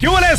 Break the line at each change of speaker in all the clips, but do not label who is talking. tardes,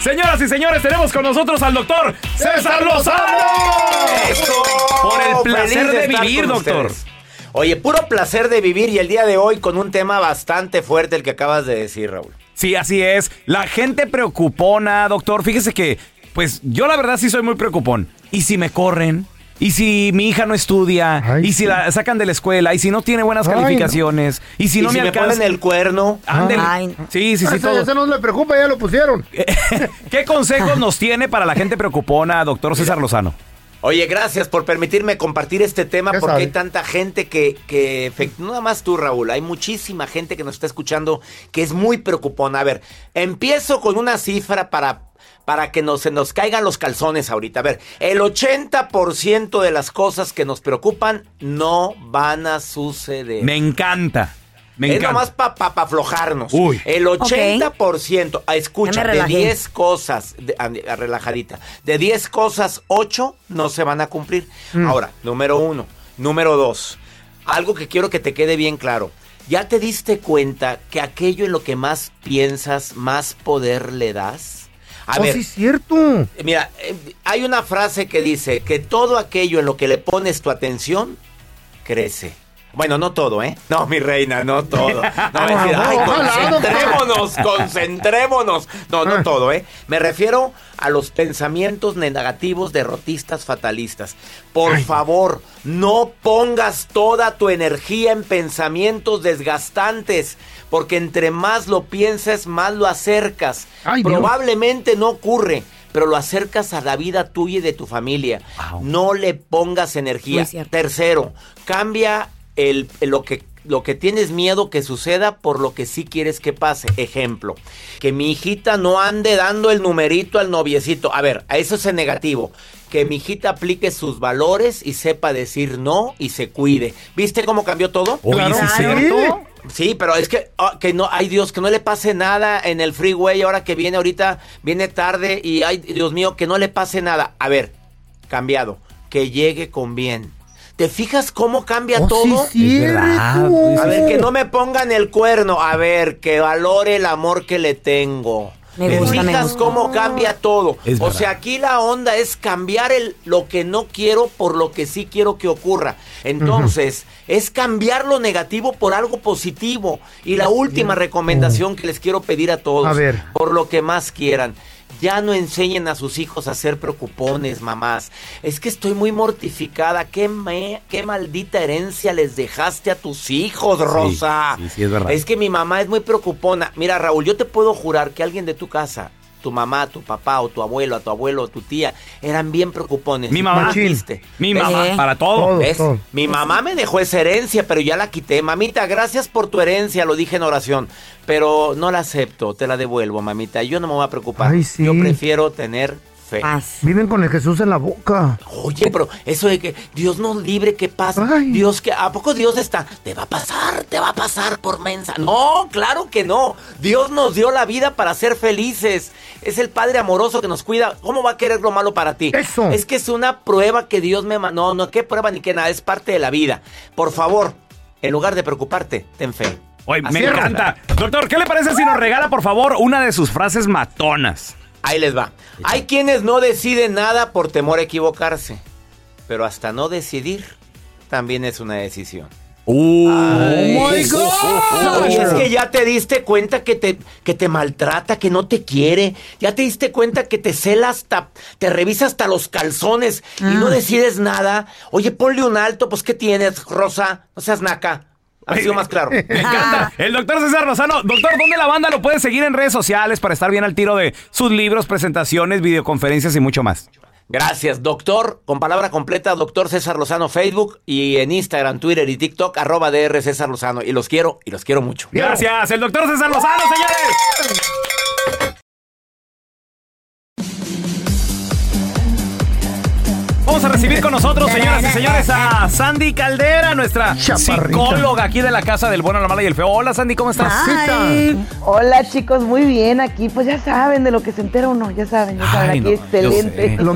Señoras y señores, tenemos con nosotros al doctor César Lozano. Por el placer
Feliz
de
estar
vivir,
con
doctor.
ustedes. Oye, puro placer de vivir y el día de hoy con un tema bastante fuerte el que acabas de decir, Raúl.
Sí, así es. La gente preocupona, doctor. Fíjese que, pues yo la verdad sí soy muy preocupón. ¿Y si me corren? ¿Y si mi hija no estudia? ¿Y si la sacan de la escuela? ¿Y si no tiene buenas
Ay, no.
calificaciones? ¿Y si
Y
no
si
me
me
alcanza?
ponen el cuerno.
Ándele.
Ay.
Sí, sí, sí,
Eso,
todo.
eso no le preocupa, ya lo pusieron.
¿Qué consejos nos tiene para la gente preocupona, doctor César Lozano?
Oye, gracias por permitirme compartir este tema
Ya
porque
sabe.
hay tanta gente que, que efect- no nada más tú, Raúl, hay muchísima gente que nos está escuchando que es muy preocupona. A ver, empiezo con una cifra para, para que no se nos caigan los calzones ahorita. A ver, el 80% de las cosas que nos preocupan no van a suceder.
Me encanta. Me
es
encanta.
nomás para aflojarnos.
Uy.
El 80%, ah,
Ya
escucha,
me
de
relajé.
10 cosas, de- ah, ah, relajadita, de 10 cosas, 8 no se van a cumplir. Ahora, número uno. Número dos, algo que quiero que te quede bien claro. ¿Ya te diste cuenta que aquello en lo que más piensas, más poder le das? A
Oh,
ver,
sí, es cierto.
mira, eh, hay una frase que dice que todo aquello en lo que le pones tu atención crece. Bueno, no todo, ¿eh? No, mi reina, no todo. No, es decir, ay,
Ojalá,
concentrémonos, concentrémonos. No,
Ah.
no todo, ¿eh? Me refiero a los pensamientos negativos, derrotistas, fatalistas. Por favor, no pongas toda tu energía en pensamientos desgastantes, porque entre más lo pienses, más lo acercas.
Ay, Dios.
Probablemente no ocurre, pero lo acercas a la vida tuya y de tu familia.
Wow.
No le pongas energía.
Muy cierto.
Tercero, cambia el, el- lo que lo que tienes miedo que suceda por lo que sí quieres que pase. Ejemplo, que mi hijita no ande dando el numerito al noviecito. A ver, a eso es en negativo. Que mi hijita aplique sus valores y sepa decir no y se cuide. ¿Viste cómo cambió todo?
Oye,
Claro.
sí, es
Claro.
cierto.
Sí, pero es que, ah, que no, ay Dios, que no le pase nada en el freeway ahora que viene ahorita, viene tarde y ay Dios mío, que no le pase nada. A ver, cambiado, que llegue con bien. ¿Te fijas cómo cambia
Oh, sí,
todo?
es
Es verdad,
cierto.
pues,
A ver, que no me pongan el cuerno. A ver, que valore el amor que le tengo.
Me
¿Te
gusta, me
fijas
gusta.
cómo cambia todo?
Es
o
verdad.
sea, aquí la onda es cambiar el, lo que no quiero por lo que sí quiero que ocurra. Entonces, es cambiar lo negativo por algo positivo. Y la última recomendación que les quiero pedir a todos,
A ver.
por lo que más quieran. Ya no enseñen a sus hijos a ser preocupones, mamás. Es que estoy muy mortificada. ¿Qué, me- qué maldita herencia les dejaste a tus hijos, Rosa?
sí, sí, es verdad.
que mi mamá es muy preocupona. Mira, Raúl, yo te puedo jurar que alguien de tu casa, tu mamá, tu papá o tu abuelo, a tu abuelo, o tu tía, eran bien preocupones.
Mi mamá.
¿Tú viste?
Mi
¿Ves?
mamá,
Sí.
para todo.
Todo.
¿Ves? Mi mamá me dejó esa herencia, pero ya la quité. Mamita, gracias por tu herencia, lo dije en oración. Pero no la acepto, te la devuelvo, mamita. Yo no me voy a preocupar.
Ay, sí.
Yo prefiero tener fe.
Paz.
Viven con el Jesús en la boca.
Oye, pero eso de que Dios nos libre, que pasa?
Ay.
Dios que a poco Dios está, te va a pasar, te va a pasar por mensa. No, claro que no. Dios nos dio la vida para ser felices. Es el Padre amoroso que nos cuida. ¿Cómo va a querer lo malo para ti?
Eso.
Es que es una prueba que Dios me mandó. No, no, qué prueba ni qué nada, es parte de la vida. Por favor, en lugar de preocuparte, ten fe.
Oye, me
Así es.
encanta. Doctor, ¿qué le parece si nos regala, por favor, una de sus frases matonas?
Ahí les va. Hay quienes no deciden nada por temor a equivocarse, pero hasta no decidir también es una decisión.
Uh,
Oh my God!
Oye, es que ya te diste cuenta que te, que te maltrata, que no te quiere. Ya te diste cuenta que te cela hasta, te revisa hasta los calzones y
Ah.
no decides nada. Oye, ponle un alto, pues ¿qué tienes, Rosa? No seas naca. Ha sido más claro.
Me encanta. El doctor César Lozano. Doctor, ¿dónde la banda lo puede seguir en redes sociales para estar bien al tiro de sus libros, presentaciones, videoconferencias y mucho más?
Gracias, doctor. Con palabra completa, doctor César Lozano, Facebook y en Instagram, Twitter y TikTok, arroba DR César Lozano. Y los quiero, y los quiero mucho.
Gracias, el doctor César Lozano, señores. Vamos a recibir con nosotros, señoras y señores, a Sandy Caldera, nuestra
Chaparrita.
psicóloga aquí de la casa del bueno, la mala y el feo. Hola, Sandy, ¿cómo estás?
Hola chicos, muy bien aquí. Pues ya saben de lo que se entera uno, ya saben, ya saben.
Ay,
aquí
no,
excelente.
yo sé.
Los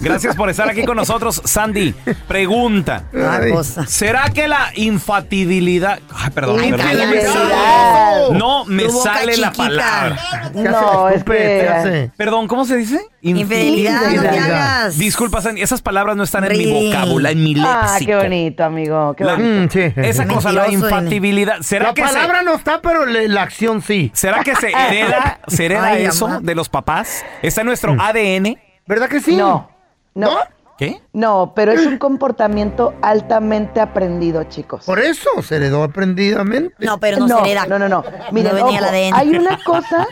Gracias por estar aquí con nosotros, Sandy. Pregunta.
Ah,
Ay.
cosa.
¿Será que la infatibilidad... Ay, perdón.
Ay,
perdón.
cállate.
No me
Tu boca
sale la
chiquita.
palabra.
Te hace
No, es
escupe,
que-
te hace.
Perdón, ¿cómo se dice?
Infidelidad, no te
Infidelidad.
hagas.
Disculpa, Sandy, esas palabras no están en mi
Ri.
vocabula, en mi léxico.
Ah, qué bonito, amigo. Qué
La-
bonito.
Mm, sí.
Esa cosa, la
Mentiroso,
infatibilidad. ¿Será
La
que se-
palabra no está, pero le- la acción sí.
¿Será que se hereda, se hereda
Ay,
eso
mamá.
de los papás? ¿Está en nuestro
Mm.
ADN?
¿Verdad que sí?
No, no,
¿No? Mm.
¿Qué?
no, pero es un comportamiento altamente aprendido, chicos.
Por eso se heredó aprendidamente.
No, pero no, se hereda.
No, no, no. Miren,
venía
ojo,
la ADN.
hay una cosa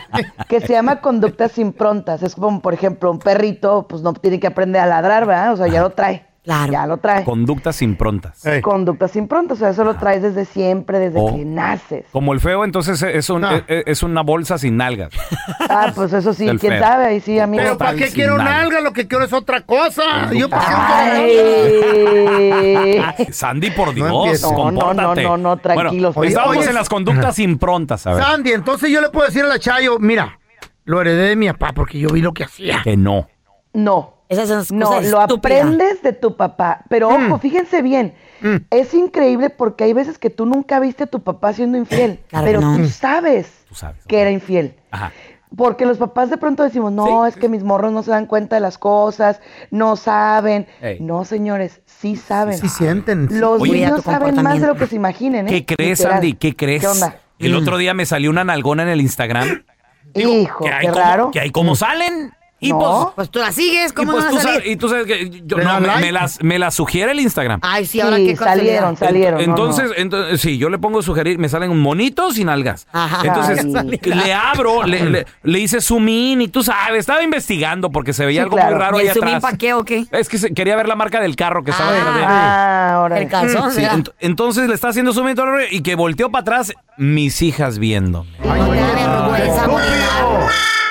que se llama conductas improntas. Es como, por ejemplo, un perrito, pues no tiene que aprender a ladrar, ¿verdad? O sea, ya lo trae.
Claro.
Ya lo trae.
Conductas improntas.
Ey.
Conductas improntas, o sea, eso lo traes desde siempre, desde
Oh.
que naces.
Como el feo, entonces es, un-
No.
e- e- es una bolsa sin nalgas.
Ah, pues eso sí,
Del
quién
feo.
sabe, ahí sí, amigo.
Pero ¿para qué
sin
quiero
nada.
nalga? Lo que quiero es otra cosa. Yo para qué quiero nalga?
Ay.
Sandy, por Dios,
empieces. No,
no,
compórtate.
no, no, tranquilos.
Bueno,
Oye,
estábamos
oye,
en las conductas improntas, a ver.
Sandy, entonces yo le puedo decir a la Chayo, mira, lo heredé de mi papá porque yo vi lo que hacía.
Que no.
No.
Esa es una cosa
No, lo
estúpida.
aprendes de tu papá. Pero ojo, fíjense bien. Es increíble porque hay veces que tú nunca viste a tu papá siendo infiel.
Claro que
pero
no.
tú sabes
Tú sabes.
que era infiel.
Ajá.
Porque los papás de pronto decimos, no, es que mis morros no se dan cuenta de las cosas, no saben.
Ey.
No, señores, sí saben.
Si sienten.
Los
Oye,
niños
tu
saben más de
comportamiento.
lo que se imaginen. ¿eh?
¿Qué crees,
Literal.
Sandy? ¿Qué crees?
¿Qué onda? Mm,
El otro día me salió una nalgona en el Instagram.
Hijo,
que hay
qué
como-
raro.
Que ahí como salen. Y
No.
pues,
Pues tú la sigues,
y
¿cómo
pues
no
tú
vas a salir?
sabes, y tú sabes que yo-
¿Le
no,
das
me,
like?
me las, me las sugiere el Instagram.
Ay, sí, ahora
Sí,
qué
salieron,
casualidad.
salieron. no,
Entonces,
no.
entonces, sí, yo le pongo sugerir, me salen monitos y nalgas.
Ajá.
Entonces,
Ay.
le abro, le, le, le hice zoom in y tú sabes, estaba investigando porque se veía
Sí,
algo
claro.
muy raro
¿Y
ahí
el zoom in
atrás.
pa' qué o qué?
Es que se- quería ver la marca del carro que estaba
Ah.
detrás de
Ah, ahora.
El calzón,
Sí,
¿verdad?
ent- entonces le está haciendo zoom in todo el rollo y que volteó para atrás, mis hijas viéndome.
No te da vergüenza,
estúpido.
güey.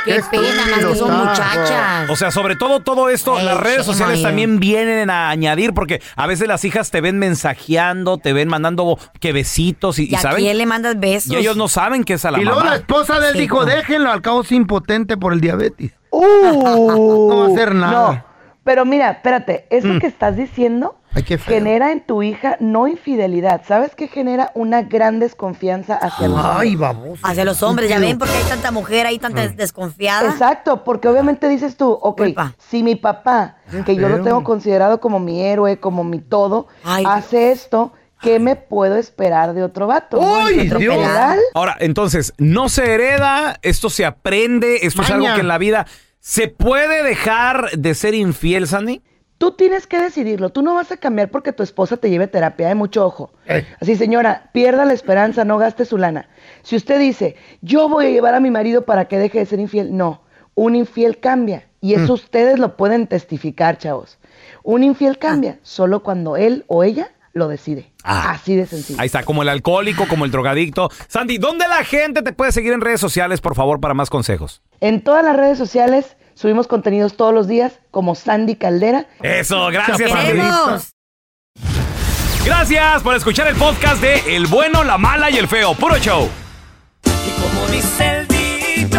Qué
Qué
pena, más
estúpido
que son
está.
muchachas.
Ah, O sea, sobre todo todo esto,
Ay,
las redes
shame on
sociales
you.
también vienen a añadir, porque a veces las hijas te ven mensajeando, te ven mandando que besitos y, y
¿Y a
saben.
quién le mandas besos?
Y ellos no saben que es a la
Y luego la
mamá.
esposa de él
Sí,
dijo,
no.
déjenlo, al cabo es impotente por el diabetes.
Uh,
No va a hacer nada. Mm.
No, pero mira, espérate, eso que estás diciendo
Ay, qué feo.
genera en tu hija no infidelidad, ¿sabes qué genera una gran desconfianza hacia los
Ay,
hombres.
baboso.
Hacia los hombres, ya
Estúpido.
ven, porque hay tanta mujer, hay
Ah.
tanta des- desconfiada.
Exacto, porque obviamente dices tú, ok,
Culpa.
si mi papá, que yo lo
feo.
tengo considerado como mi héroe, como mi todo,
Ay,
hace esto, ¿qué me puedo esperar de otro vato?
¡Uy,
Otro
Dios!
general,
Ahora, entonces, no se hereda, esto se aprende, esto es
Maña.
algo que en la vida se puede dejar de ser infiel, Sandy.
Tú tienes que decidirlo. Tú no vas a cambiar porque tu esposa te lleve terapia. Hay mucho ojo.
Ey.
Así, señora, pierda la esperanza, no gaste su lana. Si usted dice, yo voy a llevar a mi marido para que deje de ser infiel, no. Un infiel cambia. Y eso ustedes lo pueden testificar, chavos. Un infiel cambia solo cuando él o ella lo decide.
Ah.
Así de sencillo.
Ahí está, como el alcohólico, como el drogadicto. Sandy, ¿dónde la gente te puede seguir en redes sociales, por favor, para más consejos?
En todas las redes sociales subimos contenidos todos los días como Sandy Caldera.
Eso, gracias, Sandy.
¡Queremos!
Gracias por escuchar el podcast de El Bueno, la Mala y el Feo. Puro show.
Y como dice el dicho,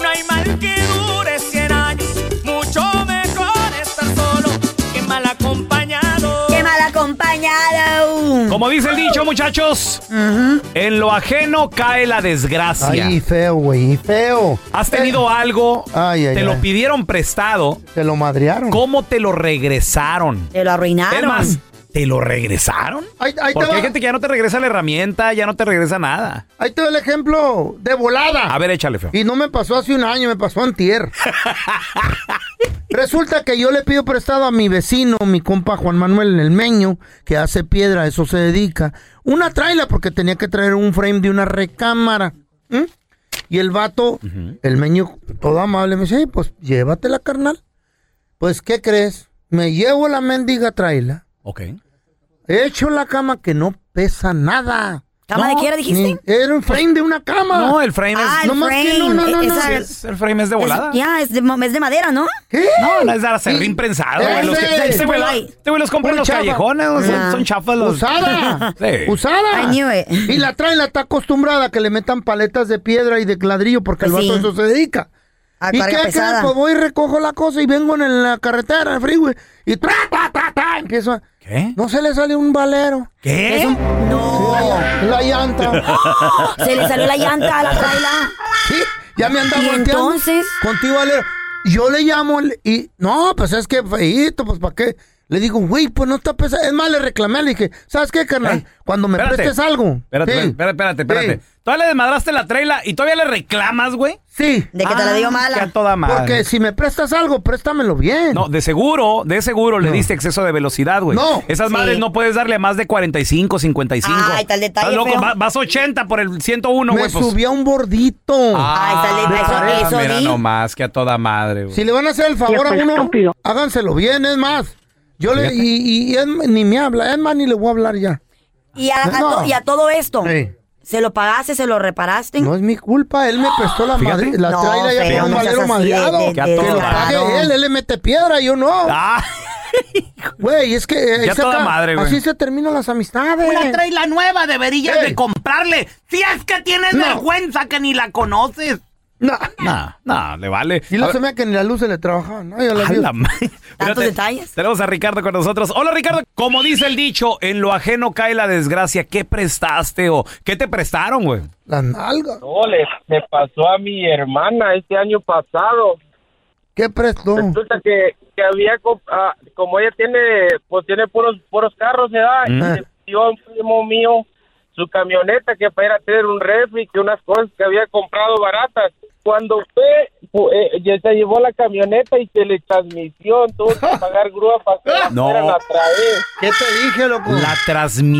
no hay mal que dure 100 años. Mucho mejor estar solo que mal acompañado.
¡Qué Uh. mal acompañado!
Como dice el dicho, muchachos, en lo ajeno cae la desgracia.
Ay, feo, güey, feo.
Has tenido algo,
Ay, ay,
te lo
ay.
pidieron prestado,
Te lo madrearon.
¿cómo te lo regresaron?
Te lo arruinaron.
Es más, ¿te lo regresaron?
Ahí- ahí te
Porque
va.
hay gente que ya no te regresa la herramienta, ya no te regresa nada.
Ahí te doy el ejemplo de volada.
A ver, échale, feo.
Y no me pasó hace un año, me pasó antier. Resulta que yo le pido prestado a mi vecino, mi compa Juan Manuel el Meño, que hace piedra, a eso se dedica, una traila porque tenía que traer un frame de una recámara. ¿m? Y el vato, el Meño, todo amable, me dice, "Ey, pues llévatela, carnal. Pues, ¿qué crees? Me llevo la mendiga traila,
Ok.
echo la cama que no pesa nada.
¿Cama de qué era, dijiste?
ni- Era un frame de una cama.
No, el frame es.
Ah, el
no,
No más que
frame.
no, no, no, no.
Esa-
es- el frame es de volada.
es- Ya, es de, es de madera, ¿no?
¿Qué?
No, no es de acerrín prensado, güey. Los que-
Ese.
Este güey lo- este güey los compra en
Pura
los
chafa.
callejones, son,
Ah.
son chafas los.
Usada.
Sí.
Usada.
I knew it.
Y la trae, la está acostumbrada a que le metan paletas de piedra y de ladrillo porque el
Pues
vato
sí.
a eso se dedica.
A
¿Y
carga
qué
pesada.
queda? Pues voy y recojo la cosa y vengo en la carretera, en el freeway. Y tra, ta, ta, ta, empiezo a...
¿Qué?
No se le sale un balero.
¿Qué?
No.
La llanta.
Se le salió la llanta a la traila.
Sí, ya me andan
¿Y
volteando.
entonces?
Contigo, Valero. Yo le llamo el- y. No, pues es que feíto, pues ¿para qué? Le digo, güey, pues no está pesado. Es más, le reclamé, le dije, ¿sabes qué, carnal?
¿Eh?
Cuando me
Espérate.
prestes algo.
Espérate,
Sí.
espérate, espérate, espérate.
Sí.
Todavía le desmadraste la trela y todavía le reclamas, güey. Ah,
Sí,
De que te la dio mala.
Que a toda madre.
porque si me prestas algo, préstamelo bien.
No, de seguro, de seguro le diste exceso de velocidad, güey.
No.
Esas
Sí.
madres no puedes darle a más de 45, 55.
Ay, tal detalle,
Estás loco,
feo.
va- vas 80 por el 101,
me
güey. pues.
subí a un bordito.
Ay, tal
Ah,
detalle, eso,
mira
di.
nomás, que a toda madre, güey.
Si le van a hacer el favor a uno, háganselo bien, es más. Yo le, y, y- y es- ni me habla, es más, ni le voy a hablar ya.
Y a, a
No.
to- y a todo esto,
Sí.
¿se lo pagaste, se lo reparaste?
No es mi culpa, él me prestó la,
Fíjate.
madre, la
No,
traila ya
feo,
con un
no seas
valero
así de-
madreado.
de-
Que a
de-
todo
Que lo
descarado.
pague él, él le mete piedra, yo no.
Ah,
Güey, es que eh,
Ya
se
toda
acaba-
madre, güey.
así se terminan las amistades. Eh.
Una traila nueva deberías
Ey.
de comprarle. Si es que tienes
No.
vergüenza que ni la conoces.
No.
no, no, le vale.
Y
A
lo
ver,
se me que ni la luz se le trabajaba, ¿no? Yo la
a
vi.
la ma- Espérate,
detalles.
Tenemos a Ricardo con nosotros. Hola, Ricardo. Como dice el dicho, en lo ajeno cae la desgracia. ¿Qué prestaste o qué te prestaron, güey?
Las nalgas.
No, le, le pasó a mi hermana este año pasado.
¿Qué prestó?
Resulta que, que había, co- ah, como ella tiene, pues tiene puros, puros carros, se da,
Mm.
y le pidió a un primo mío su camioneta que para ir a tener un refri, que unas cosas que había comprado baratas. Cuando fue, fu- eh, ya se llevó la camioneta y se le transmisión, tuvo que pagar grúa para que la
No.
fueran a traer.
¿Qué te dije, loco?
La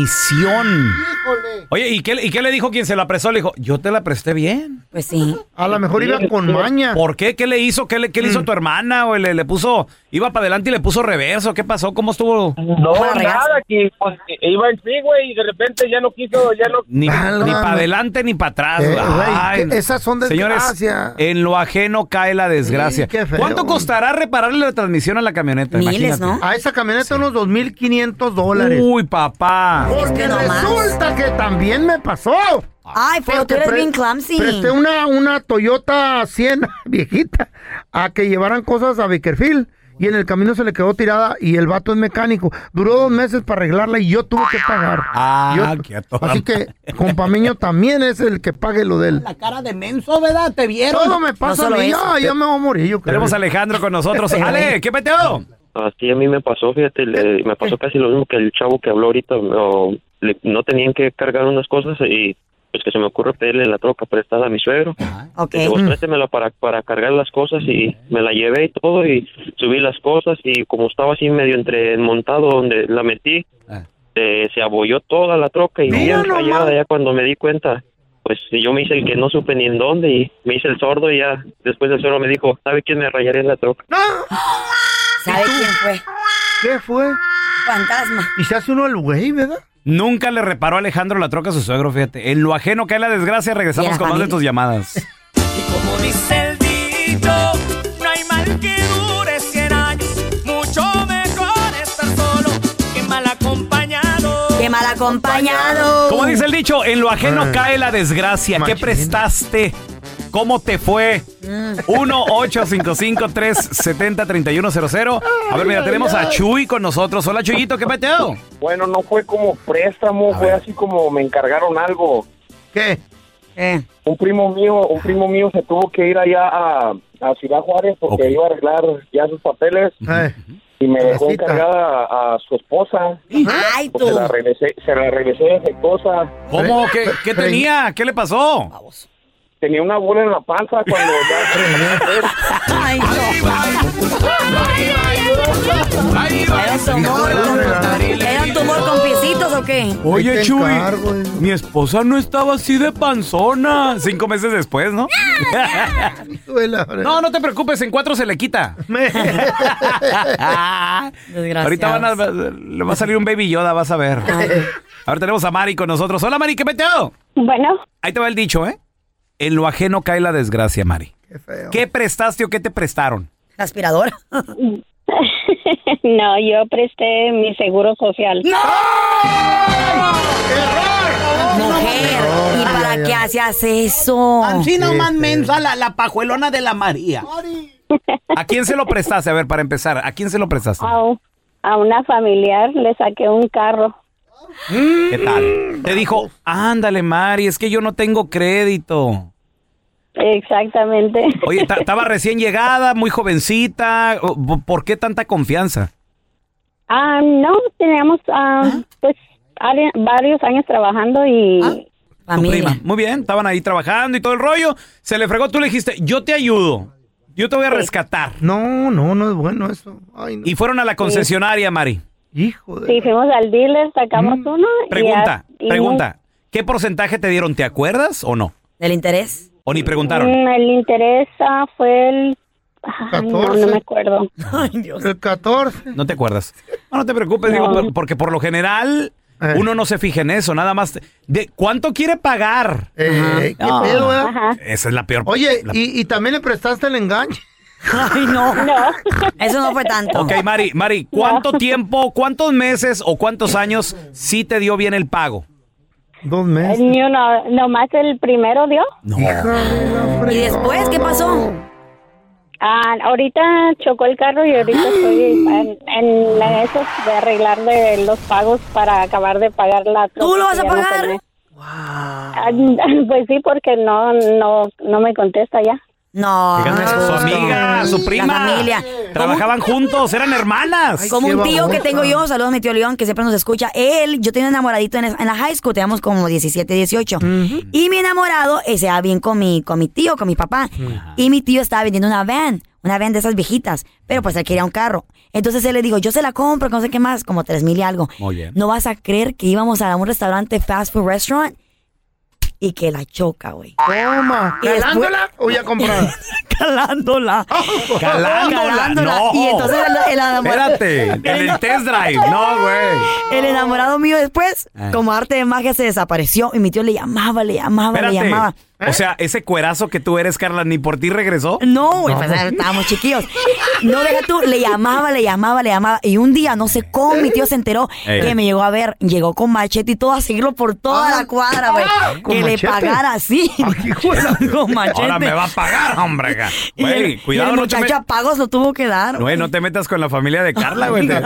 transmisión.
Híjole.
Oye, ¿y qué, ¿y qué le dijo quien se la prestó? Le dijo, yo te la presté bien.
Pues sí.
A lo mejor iban con maña. Mm.
¿Por qué? ¿Qué le hizo? ¿Qué le, qué le hizo tu hermana? güey? le, le puso, iba para adelante y le puso reverso. ¿Qué pasó? ¿Cómo estuvo?
No,
¿Cómo la regaste?
nada, que pues, que iba en sí, güey, y de repente ya no quiso, ya no
Ni,
Válgame.
para adelante ni para atrás.
Ah, Eh,
güey.
güey,
Ay,
que esas son
Señores,
desgracias.
en lo ajeno cae la desgracia.
Sí, qué feo.
¿Cuánto costará repararle la transmisión a la camioneta?
Miles,
Imagínate.
¿no?
A Ah, esa camioneta unos 2.500 dólares.
Uy, papá.
Porque
Es que no más.
resulta que también me pasó.
Ay, feo, tú
Porque
eres
pre-
bien clumsy.
Presté una, una Toyota 100 viejita a que llevaran cosas a Bakerfield y en el camino se le quedó tirada y el vato es mecánico. Duró dos meses para arreglarla y yo tuve que pagar.
Ah,
Yo-
qué a toda
así que Compamiño también es el que pague lo de él.
La cara de menso, ¿verdad? ¿Te vieron?
Todo me pasa
solo
a mí.
eso.
Ya, ya me voy a morir. Yo creo.
Tenemos a Alejandro con nosotros. Ale, ¿qué peteado?
Así a mí me pasó, fíjate, le- me pasó casi lo mismo que el chavo que habló ahorita. No, le- no tenían que cargar unas cosas y pues que se me ocurre pedirle la troca prestada a mi suegro.
Ok.
Dije, "Vos préstemela para, para cargar las cosas y me la llevé y todo y subí las cosas y como estaba así medio entre montado donde la metí,
Ah.
eh, se abolló toda la troca y
Mira
bien
nomás.
rayada ya cuando me di cuenta. Pues y yo me hice el que no supe ni en dónde y me hice el sordo y ya después el suegro me dijo, ¿sabe quién me rayaría la troca?
¿Sabe quién fue?
¿Qué fue?
Fantasma.
Y se hace uno el güey, ¿verdad?
Nunca le reparó Alejandro la troca a su suegro, fíjate. En lo ajeno cae la desgracia.
Y
Regresamos
la
con más de
familia.
tus llamadas.
Y como dice el dicho, no hay mal que dure 100 años. Mucho mejor estar solo que mal acompañado.
Qué mal acompañado.
Como dice el dicho, en lo ajeno
Ah.
cae la desgracia. ¿Qué
Machín.
prestaste? ¿Cómo te fue? 1-855-370-3100. A ver, mira, tenemos a Chuy con nosotros. Hola, Chuyito, ¿qué pateado?
Bueno, no fue como préstamo, fue así como me encargaron algo.
¿Qué?
Eh,
Un primo mío, un primo mío se tuvo que ir allá a, a Ciudad Juárez porque
Ok.
iba a arreglar ya sus papeles
Eh,
y me dejó
Pobrecita.
encargada a, a su esposa.
Ay,
Pues
tú.
se la regresé, se la regresé de esposa. Eh.
¿Cómo? ¿Qué, qué
Fren-
tenía? ¿Qué le pasó?
Tenía una bola en la panza cuando ya
Ay,
Ah,
no. Era un tumor. ¿Era un tumor con piecitos o qué?
Oye, Ahí te Chuy, encargo, eh.
mi esposa no estaba así de panzona. Cinco meses después, ¿no? No, no te preocupes, en cuatro se le quita. Ahorita van a- le va a salir un baby Yoda, vas a ver. Ahora tenemos a Mari con nosotros. Hola, Mari, ¿qué peteo?
Bueno,
Ahí te va el dicho, ¿eh? En lo ajeno cae la desgracia, Mari. Qué prestaste o qué te prestaron?
¿La aspiradora?
no, yo presté mi seguro social.
Mujer, ¿y para qué hacías eso?
Así nomás mensa la, la pajuelona de la María.
¿A quién se lo prestaste? A ver, para empezar, ¿a quién se lo prestaste?
A, un- a una familiar le saqué un carro.
¿Qué tal? Te dijo, ándale, Mari, es que yo no tengo crédito.
Exactamente.
Oye, ta- estaba recién llegada, muy jovencita. o- ¿Por qué tanta confianza?
Ah, no, teníamos ah, pues ari- varios años trabajando y
Ah.
Tu prima. Muy bien, estaban ahí trabajando y todo el rollo. Se le fregó, tú le dijiste, yo te ayudo. Yo te
Oh.
voy a rescatar.
No, no, no es bueno eso.
Y fueron a la concesionaria, Mari.
Hijo
sí, fuimos al dealer, sacamos uno. y
Mm, Pregunta,
ya- y-
pregunta. ¿Qué porcentaje te dieron? ¿Te acuerdas o no?
¿Del interés?
¿O ni preguntaron?
Mm, El interés ah, fue el... ah, no, no
14.
me acuerdo.
El 14.
No te acuerdas. No, no te preocupes, digo, por- porque por lo general
Eh.
uno no se fija en eso, nada más. te- ¿De ¿Cuánto quiere pagar?
Eh, ¿Qué
No.
pedo, verdad?
Esa es la peor.
Oye,
pues, la-
y, y también le prestaste el enganche.
Ay, no. Eso no fue tanto.
Ok, Mari, Mari, ¿cuánto tiempo, cuántos meses o cuántos años sí te dio bien el pago?
Dos meses.
Ni uno, nomás el primero dio.
¿Y después qué pasó?
Ah, ahorita chocó el carro y ahorita estoy en, en la- eso de arreglar de los pagos para acabar de pagar la
¿Tú lo vas a
troca que ya no
pagar?
tenía. Ah, pues sí, porque no, no, no me contesta ya.
No.
Díganme, su amiga, su prima.
La familia.
Trabajaban juntos, eran hermanas.
como un tío que tengo yo, saludos a mi tío León, que siempre nos escucha. Él, yo tenía un enamoradito en, en la high school, teníamos como 17, 18. Y mi enamorado eh, se va bien con mi, con mi tío, con mi papá. Y mi tío estaba vendiendo una van, una van de esas viejitas. Pero pues él quería un carro. Entonces él le dijo, yo se la compro, que no sé qué más, como 3 mil y algo.
Muy bien.
No vas a creer que íbamos a un restaurante fast food restaurant y que la choca, güey.
Toma.
Y después-
¿Calándola o ya comprada?
Calándola.
Oh, Calándola, no.
Y entonces el, el enamorado-
Espérate, en el test drive, no, güey.
El enamorado mío después,
Ah.
como arte de magia, se desapareció y mi tío le llamaba, le llamaba, le llamaba.
Espérate. O sea, ese cuerazo que tú eres, Carla, ni por ti regresó.
No, güey, pues, estábamos chiquillos. No, deja tú, le llamaba, le llamaba, le llamaba. Y un día, no sé cómo, mi tío se enteró
Ey. Ah.
que me llegó a ver. Llegó con machete y todo a seguirlo por toda la cuadra, güey.
¿con
que
machete?
le pagara así. con machete.
Ahora me va a pagar, hombre. acá.
Y el- y
Güey,
el,
cuidado, no te,
muchacho a
met-
pagos lo tuvo que dar.
Güey, no te metas con la familia de Carla, güey. Te, te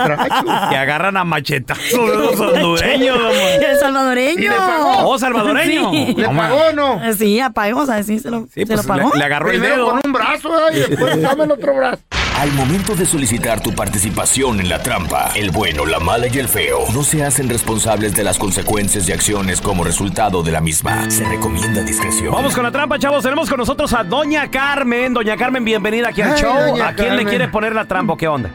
agarran a machetazos de los hondureños, hombre.
El salvadoreño.
¿Y le pagó?
Oh, salvadoreño.
Sí.
¿Le
No, ma-
pagó o no?
Sí, apagó, o sea, sí se lo,
Sí,
se lo
pues
pagó.
le, le agarró el
Primero
dedo.
con un brazo ¿verdad? y después dame el otro brazo.
Al momento de solicitar tu participación en la trampa, el bueno, la mala y el feo no se hacen responsables de las consecuencias y acciones como resultado de la misma. Se recomienda discreción.
Vamos con la trampa, chavos. Tenemos con nosotros a Doña Carmen. Doña Carmen, bienvenida aquí al
Ay,
show.
doña
¿A quién
Carmen.
le quiere poner la trampa? o ¿Qué onda?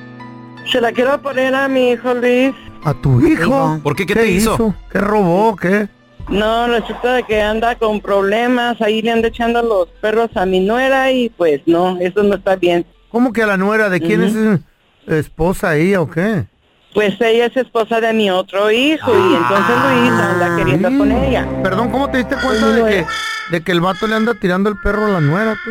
Se la quiero poner a mi hijo Luis.
¿A tu hijo?
¿Por qué? ¿Qué te hizo?
¿Qué robó? ¿Qué?
No, resulta de que anda con problemas, ahí le anda echando los perros a mi nuera y pues no, eso no está bien.
¿Cómo que a la nuera? ¿De quién es eh, esposa ella o qué?
Pues ella es esposa de mi otro hijo y entonces Luis anda queriendo con ella.
Ah. Perdón, ¿cómo te diste cuenta de
eh.
que, de que el vato le anda tirando el perro a la nuera, tú?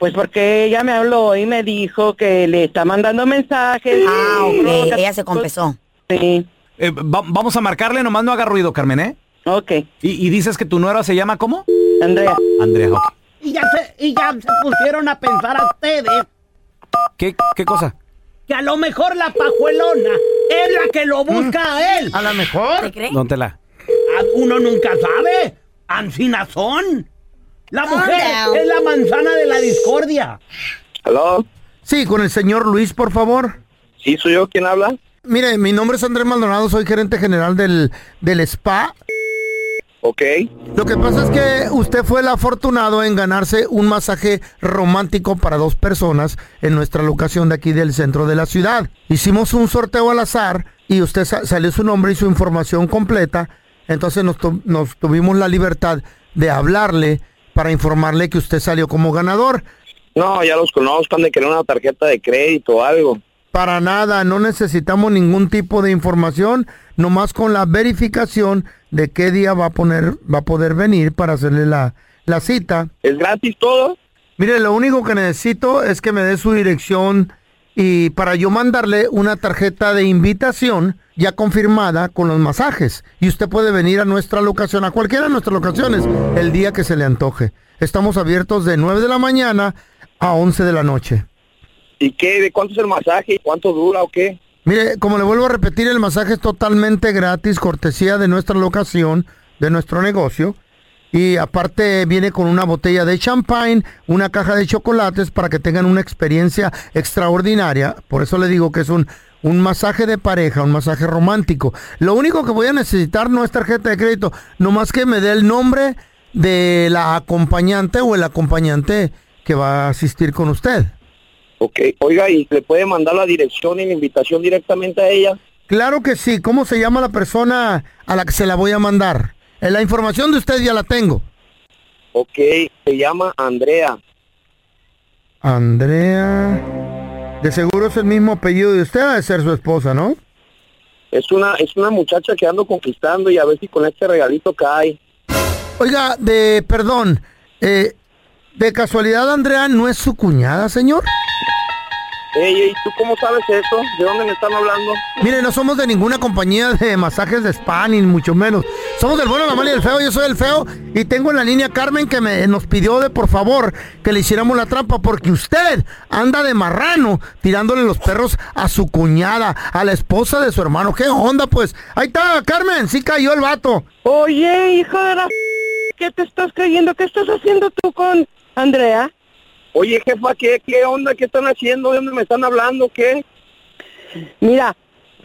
Pues porque ella me habló y me dijo que le está mandando mensajes.
Ah, ok.
Rocas-
Ella se confesó.
Sí,
Eh, va- vamos a marcarle, nomás no haga ruido, Carmen, ¿eh?
ok,
Y, y dices que tu nuera se llama ¿cómo?
Andrea.
Andrea. ok.
Y ya se, y ya se pusieron a pensar a ustedes
¿Qué, ¿Qué cosa?
que a lo mejor la pajuelona es la que lo busca
Mm.
a él.
A la mejor.
¿Te crees?
Don Tela.
Ah, Uno nunca sabe. Ancina son. La mujer
down.
es la manzana de la discordia.
¿Aló?
Sí, con el señor Luis, por favor.
¿Sí soy yo quien habla?
Mire, mi nombre es Andrés Maldonado, soy gerente general del, del spa.
Ok.
Lo que pasa es que usted fue el afortunado en ganarse un masaje romántico para dos personas en nuestra locación de aquí del centro de la ciudad. Hicimos un sorteo al azar y usted sa- salió su nombre y su información completa. Entonces nos, tu- nos tuvimos la libertad de hablarle para informarle que usted salió como ganador.
No, ya los conozco, han de querer una tarjeta de crédito o algo.
Para nada, no necesitamos ningún tipo de información, nomás con la verificación de qué día va a poner, va a poder venir para hacerle la, la cita.
¿Es gratis todo?
Mire, lo único que necesito es que me dé su dirección y para yo mandarle una tarjeta de invitación ya confirmada con los masajes. Y usted puede venir a nuestra locación, a cualquiera de nuestras locaciones, el día que se le antoje. Estamos abiertos de 9 de la mañana a 11 de la noche.
¿Y qué? ¿De cuánto es el masaje? ¿Y ¿Cuánto dura o qué?
Mire, como le vuelvo a repetir, el masaje es totalmente gratis, cortesía de nuestra locación, de nuestro negocio. Y aparte viene con una botella de champagne, una caja de chocolates para que tengan una experiencia extraordinaria. Por eso le digo que es un, un masaje de pareja, un masaje romántico. Lo único que voy a necesitar no es tarjeta de crédito, nomás que me dé el nombre de la acompañante o el acompañante que va a asistir con usted.
Ok, oiga, ¿y le puede mandar la dirección y la invitación directamente a ella?
Claro que sí. ¿Cómo se llama la persona a la que se la voy a mandar? Eh, La información de usted ya la tengo.
Ok, se llama Andrea.
Andrea. De seguro es el mismo apellido de usted, ha de ser su esposa, ¿no?
Es una, es una muchacha que ando conquistando y a ver si con este regalito cae.
Oiga, de, perdón, eh, de casualidad Andrea no es su cuñada, señor.
Ey, ey, ¿tú cómo sabes eso? ¿De dónde me están hablando?
Mire, no somos de ninguna compañía de masajes de spa, ni mucho menos. Somos del bueno, la mala y el feo. Yo soy el feo y tengo en la línea a Carmen que me, nos pidió de por favor que le hiciéramos la trampa porque usted anda de marrano tirándole los perros a su cuñada, a la esposa de su hermano. ¿Qué onda, pues? Ahí está, Carmen, sí cayó el vato.
Oye, hijo de la... ¿Qué te estás creyendo? ¿Qué estás haciendo tú con Andrea?
Oye, jefa, ¿qué, qué onda? ¿Qué están haciendo? ¿De dónde me están hablando? ¿Qué?
Mira,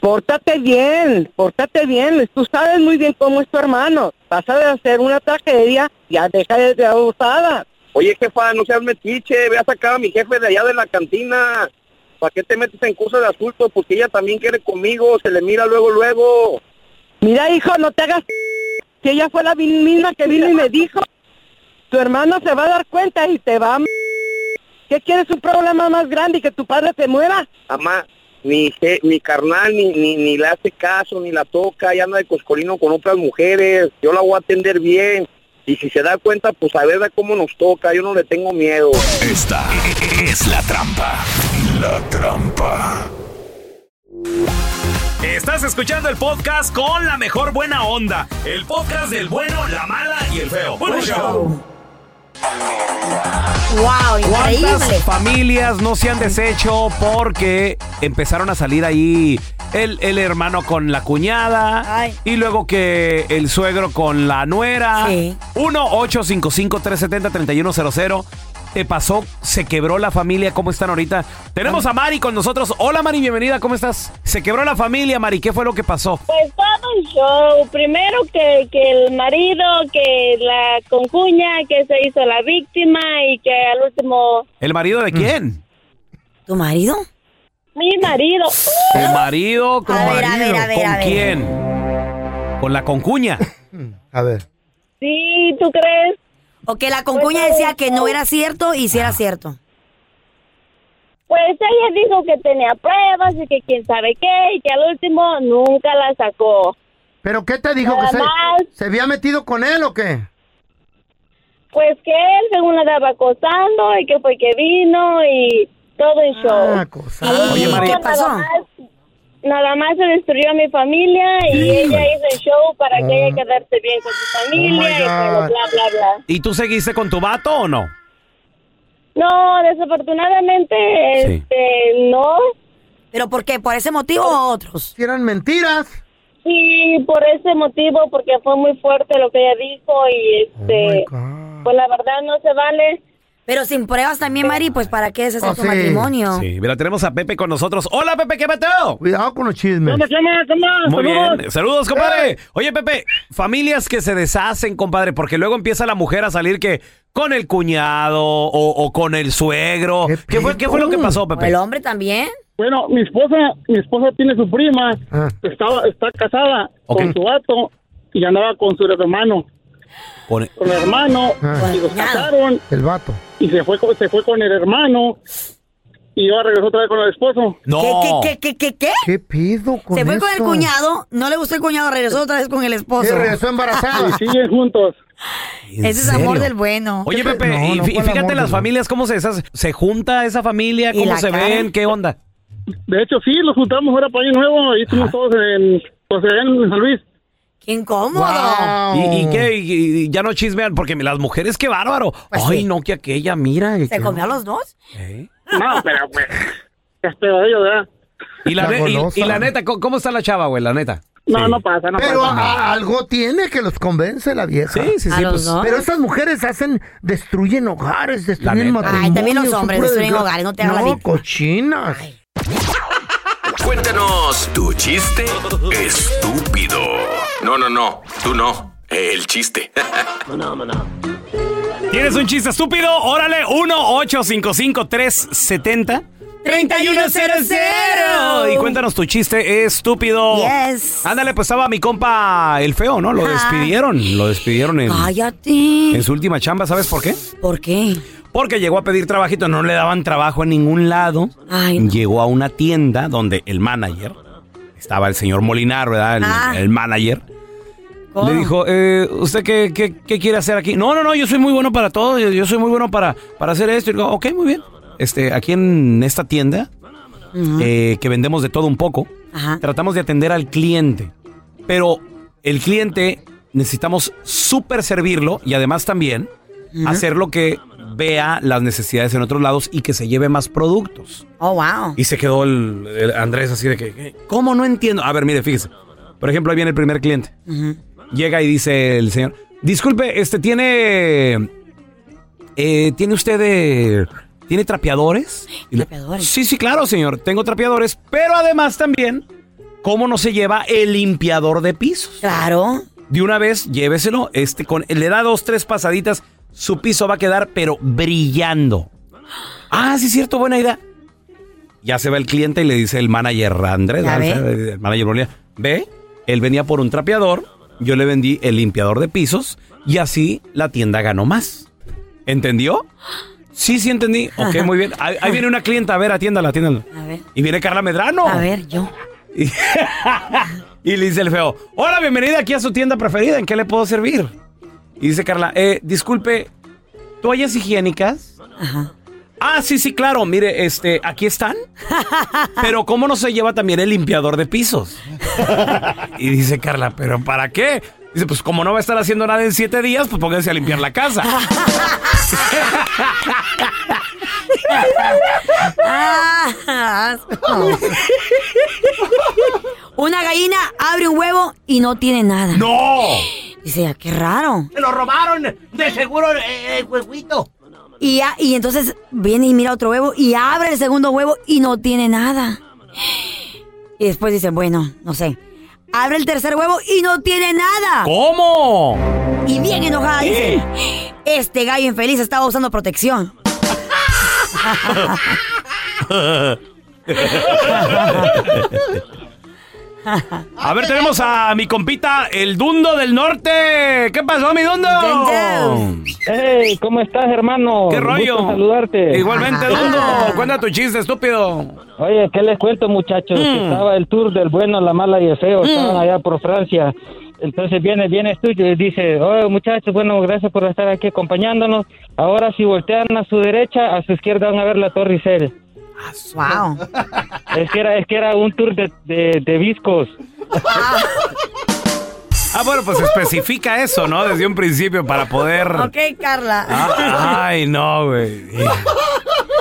pórtate bien, pórtate bien. Tú sabes muy bien cómo es tu hermano. Vas a hacer una tragedia, ya deja de ser abusada.
Oye, jefa, no seas metiche, ve a sacar a mi jefe de allá de la cantina. ¿Para qué te metes en cosas de asunto? Porque pues, ella también quiere conmigo, se le mira luego, luego.
Mira, hijo, no te hagas... Si ella fue la vi- misma que vino y me dijo, tu hermano se va a dar cuenta y te va a... ¿Qué quieres un problema más grande y que tu padre te muera?
Amá, mi, je- mi carnal ni, ni, ni le hace caso, ni la toca, ya anda de coscolino con otras mujeres. Yo la voy a atender bien. Y si se da cuenta, pues a ver de cómo nos toca, yo no le tengo miedo.
Esta es la trampa. La trampa.
Estás escuchando el podcast con la mejor buena onda. El podcast del bueno, la mala y el feo. Buen show.
¡Wow! Increíble.
¿Cuántas familias no se han deshecho porque empezaron a salir ahí el, el hermano con la cuñada y luego que el suegro con la nuera? 1-855-370-3100. ¿Te pasó? ¿Se quebró la familia? ¿Cómo están ahorita? Tenemos a Mari con nosotros. Hola Mari, bienvenida. ¿Cómo estás? Se quebró la familia, Mari. ¿Qué fue lo que pasó?
Pues todo un show. Primero que, que el marido, que la concuña, que se hizo la víctima y que al último
¿El marido
Mm.
de quién?
¿Tu marido?
mi marido.
¿Tu marido? ¿Con,
A ver, a ver, a ver,
¿Con
a ver.
quién? ¿Con la concuña?
A ver.
Sí, ¿tú crees? eh,
O que la concuña decía que no era cierto y si
Ah.
era cierto.
Pues ella dijo que tenía pruebas y que quién sabe qué y que al último nunca la sacó.
¿Pero qué te dijo?
Nada
¿Que se,
más.
se había metido con él o qué?
Pues que él según la estaba acosando y que fue que vino y todo el show.
Oye, Mari.
Nada más- Nada más se destruyó a mi familia y ella hizo el show para que ella quedarse bien con su familia y
God.
todo, bla, bla, bla.
¿Y tú seguiste con tu vato o no?
No, desafortunadamente,
Sí.
este, no.
¿Pero por qué? ¿Por ese motivo o otros?
eran mentiras.
Sí, por ese motivo, porque fue muy fuerte lo que ella dijo y,
Oh,
este, pues la verdad no se vale.
Pero sin pruebas también, Mari, pues ¿para qué es
Ah,
hacer tu matrimonio?
Sí, mira, tenemos a Pepe con nosotros. Hola, Pepe, ¿qué mateo?
Cuidado con los chismes. Eh.
Muy bien, saludos, compadre. Oye, Pepe, familias que se deshacen, compadre, porque luego empieza la mujer a salir que con el cuñado o, o con el suegro. ¿Qué, fue, ¿Qué fue lo que pasó, Pepe?
¿El hombre también?
Bueno, mi esposa, mi esposa tiene su prima, estaba, está casada con su vato y andaba con su hermano.
Con-
Con el hermano,
Ah.
y los casaron
El vato.
y se fue, con- se fue con el hermano y ahora regresó otra vez con el esposo.
¿Qué, qué, qué, qué, qué?
¿Qué pido con
Se fue con el
esto?
cuñado, no le gustó el cuñado, regresó otra vez con el esposo.
Sí, regresó embarazada.
Y siguen juntos.
Ese es
serio?
amor del bueno.
Oye, Pepe,
No,
y,
no
fí-
fue el amor
fíjate
del
las
bueno.
familias, cómo se, esas, se junta esa familia,
¿Y
cómo
la
se
cara?
ven, qué onda. Ah.
De hecho, sí, los juntamos fuera para Año Nuevo y estuvimos todos en, pues, allá en San Luis.
¡Qué incómodo!
¿Y, y
Oh.
qué? Y- y ya no chismean, porque las mujeres, qué bárbaro. Ay, no, que aquella, mira. que-
Pues ¿Se comió a los dos?
¿Eh?
No, pero pues, qué pedo de ellos, ¿verdad?
Y la,
La
ne- y-
golosa.
y la neta, ¿cómo- ¿cómo está la chava, güey? La neta. ah,
No, no pasa, no
Pero
pasa.
a- a- algo tiene que los convence la vieja.
Sí, sí, sí, ¿A los pues. dos?
Pero estas mujeres hacen, destruyen hogares, destruyen
neta. Ay,
matrimonios.
también los hombres
puro
destruyen
desgra-
hogares, no te hagas la
No,
víctima.
cochinas.
Cuéntanos tu chiste estúpido. No, no, no. Tú no. El chiste.
¿Tienes un chiste estúpido? Órale, 1-855-370.
3100.
Oh.
Y cuéntanos tu chiste estúpido.
Yes.
Ándale, pues estaba mi compa el feo, ¿no? Lo
Ah.
despidieron. Lo despidieron en,
Cállate.
en su última chamba, ¿sabes por qué?
¿Por qué?
Porque llegó a pedir trabajito, no le daban trabajo en ningún lado.
Ay, no.
Llegó a una tienda donde el manager, estaba el señor Molinar, ¿verdad? El,
Ah.
el manager.
¿Cómo?
Le dijo, eh, ¿usted qué, qué- qué quiere hacer aquí? No, no, no, yo soy muy bueno para todo, yo, yo soy muy bueno para, para hacer esto. Y digo, ok, muy bien. Este, aquí en esta tienda, eh, que vendemos de todo un poco, tratamos de atender al cliente. Pero el cliente necesitamos súper servirlo y además también hacer lo que vea las necesidades en otros lados y que se lleve más productos.
Oh, wow.
Y se quedó el, el Andrés así de que, "¿Qué? ¿cómo no entiendo? A ver, mire, fíjese. Por ejemplo, ahí viene el primer cliente. Llega y dice el señor, disculpe, este tiene, eh, tiene usted, eh, tiene trapeadores. Y le- sí, sí, claro, señor, tengo trapeadores, pero además también, ¿cómo no se lleva el limpiador de pisos?
Claro.
De una vez, lléveselo, este, con, le da dos, tres pasaditas, su piso va a quedar, pero brillando. Ah, sí, cierto, buena idea. Ya se va el cliente y le dice el manager Andrés,
Ya
¿no?
ve.
O sea, el manager Bonilla, ve, él venía por un trapeador, yo le vendí el limpiador de pisos y así la tienda ganó más. ¿Entendió? Sí, sí entendí. Ok, muy bien. Ahí, ahí viene una clienta, a ver, atiéndala, atiéndala.
A ver.
Y viene Carla Medrano.
A ver, yo.
Y, y le dice el feo, hola, bienvenida aquí a su tienda preferida, ¿en qué le puedo servir? Y dice Carla, "Eh, disculpe, ¿toallas higiénicas? Ah, sí, sí, claro, mire, este, aquí están. Pero ¿cómo no se lleva también el limpiador de pisos? Y dice Carla, ¿pero para qué? Dice, pues como no va a estar haciendo nada en siete días, pues pónganse a limpiar la casa.
Ah, asco. Una gallina abre un huevo y no tiene nada.
¡No!
Dice, "Ah, qué raro.
¡Se lo robaron! ¡De seguro eh, el huevito!
Y, ya- y entonces viene y mira otro huevo y abre el segundo huevo y no tiene nada. Y después dice, bueno, no sé. Abre el tercer huevo y no tiene nada.
¿Cómo?
Y bien enojada dice, este gallo infeliz estaba usando protección.
A ver, tenemos a mi compita, el Dundo del Norte. ¿Qué pasó, mi Dundo?
Hey, ¿cómo estás, hermano?
¿Qué
Un
rollo?
gusto saludarte.
Igualmente, Dundo. Cuenta tu chiste, estúpido.
Oye, ¿qué les cuento, muchachos? Que
Mm.
Estaba el tour del bueno, la mala y el feo. Estaban allá por Francia. Entonces viene, viene tuyo y dice, oh, muchachos, bueno, gracias por estar aquí acompañándonos. Ahora, si voltean a su derecha, a su izquierda van a ver la Torre Eiffel.
Wow.
Es que era, es que era un tour de, de, de viscos.
Ah, bueno, pues especifica eso, ¿no? Desde un principio para poder.
Ok, Carla.
Ah, ay, no, güey.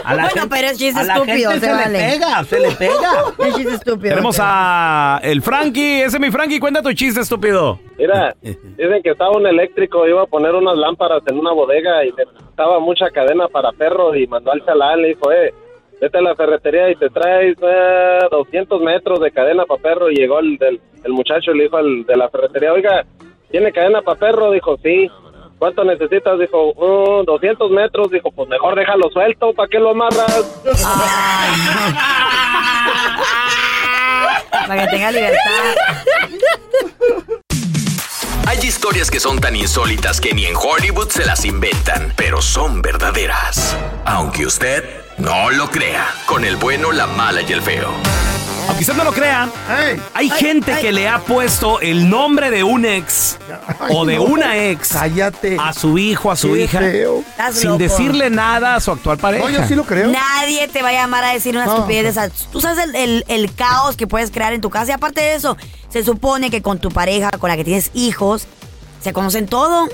bueno, pero es chiste
a la
estúpido,
gente se
se,
le
vale.
pega, se le pega.
Es chiste estúpido.
Tenemos a el Frankie. Ese es mi Frankie. Cuenta tu chiste, estúpido.
Mira, dicen que estaba un eléctrico, iba a poner unas lámparas en una bodega y necesitaba mucha cadena para perros y mandó al chalán, le dijo, eh, vete a la ferretería y te traes eh, 200 metros de cadena para perro. Y llegó el, del- el muchacho y le dijo al de la ferretería, oiga, ¿tiene cadena para perro? Dijo, sí. ¿Cuánto necesitas? Dijo, "Mm, 200 metros. Dijo, pues mejor déjalo suelto, ¿para qué lo amarras?
Para que tenga libertad.
Hay historias que son tan insólitas que ni en Hollywood se las inventan, pero son verdaderas. Aunque usted no lo crea, con el bueno, la mala y el feo.
Aunque usted no lo crea, hay gente que le ha puesto el nombre de un ex o de
no.
una ex a su hijo, a su
Qué
hija,
feo.
Estás
sin
loco.
decirle nada a su actual pareja.
No, yo sí lo
Nadie te va a llamar a decir una estupidez de esas. Tú sabes el, el- el caos que puedes crear en tu casa. Y aparte de eso, se supone que con tu pareja, con la que tienes hijos, se conocen todo.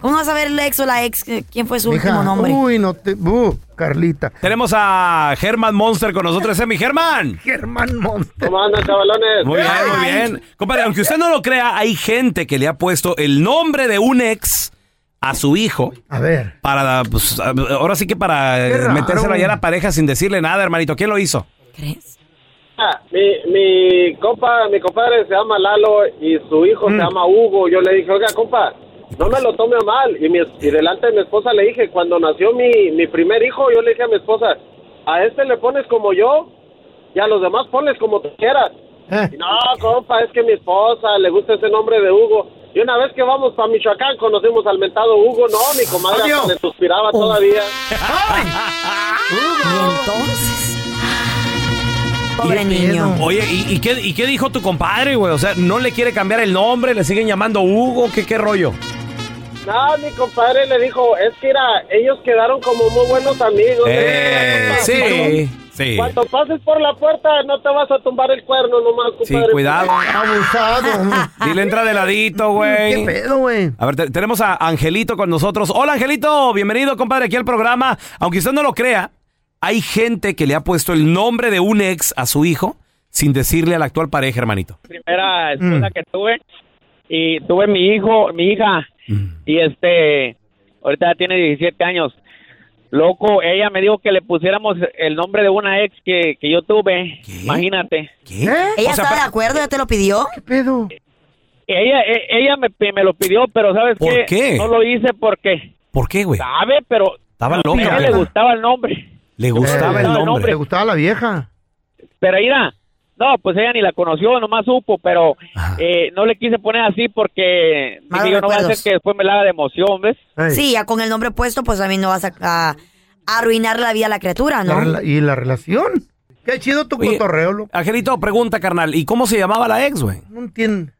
¿Cómo vas a ver el ex o la ex? eh, ¿Quién fue su
Mija,
último nombre?
Uy, no te. uh, Carlita.
Tenemos a Germán Monster con nosotros, ¿eh, mi Germán?
Germán Monster.
¿Cómo andan, chavalones?
Muy bien, muy bien. Compadre, aunque usted no lo crea, hay gente que le ha puesto el nombre de un ex a su hijo.
A ver.
Para, pues, ahora sí que para eh,
raro.
metérselo allá a la pareja sin decirle nada, hermanito. ¿Quién lo hizo?
Ah, mi, mi compa, mi compadre se llama Lalo y su hijo se llama Hugo. Yo le dije, oiga, compa, no me lo tome a mal. Y, mi, es- y delante de mi esposa le dije, cuando nació mi, mi primer hijo, yo le dije a mi esposa, a este le pones como yo y a los demás ponles como tú quieras. Y, no, compa, es que mi esposa le gusta ese nombre de Hugo. Y una vez que vamos para Michoacán, conocimos al mentado Hugo. No, mi comadre hasta le suspiraba todavía.
uh,
Pobre niño.
Oye, ¿y, y qué, y qué dijo tu compadre, güey? O sea, ¿no le quiere cambiar el nombre? ¿Le siguen llamando Hugo? ¿Qué, qué rollo?
No, mi compadre le dijo, es que era, ellos quedaron como muy buenos amigos.
Eh,
Compa,
sí, sí.
Cuando pases por la puerta no te vas a tumbar el cuerno nomás,
Sí,
compadre.
cuidado.
Abusado.
Dile, entra de ladito, güey.
¿Qué pedo, güey?
A ver, te- tenemos a Angelito con nosotros. Hola, Angelito. Bienvenido, compadre, aquí al programa. Aunque usted no lo crea, hay gente que le ha puesto el nombre de un ex a su hijo sin decirle a la actual pareja, hermanito.
primera esposa
Mm.
que tuve y tuve mi hijo, mi hija
Mm.
y este ahorita tiene 17 años. Loco, ella me dijo que le pusiéramos el nombre de una ex que, que yo tuve. Imagínate.
¿Ella
O sea,
estaba de acuerdo? ¿Ya te lo pidió? ¿Qué
¿Eh? pedo?
Ella e- ella me, pi- me lo pidió, pero ¿sabes
¿Por qué?
No lo hice porque
¿Por qué, güey?
sabe, pero
Estaba
a
loca,
ella
güey.
le gustaba el nombre.
Le gustaba el nombre.
¿Te Eh, gustaba la vieja?
Pero mira, no, pues ella ni la conoció, nomás supo, pero eh, no le quise poner así porque dije
Malos
yo, no va a
recuerdos.
ser que después me la haga de emoción, ¿ves?
Sí, ya con el nombre puesto, pues también no vas a, a arruinar la vida a la criatura,
La
Ah, ¿no?
rela- ¿Y la relación? Qué chido tu cotorreo, loco.
Angelito, pregunta, carnal. ¿Y cómo se llamaba la ex, güey?
No entiendo.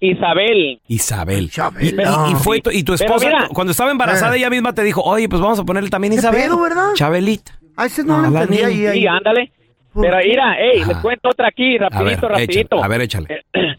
Isabel.
Isabel. Y,
Ah.
y- y fue tu- y tu
Pero
esposa,
mira.
cuando estaba embarazada,
Eh.
ella misma te dijo, oye, pues vamos a ponerle también Isabel.
pedo, verdad?
Chabelita.
A ese
no lo entendí ahí, ahí.
Sí, ándale.
¿Por
Pero
qué?
mira, hey, les
Ajá.
cuento otra aquí,
Ah. A ver,
rapidito, rapidito.
échale, a ver, échale.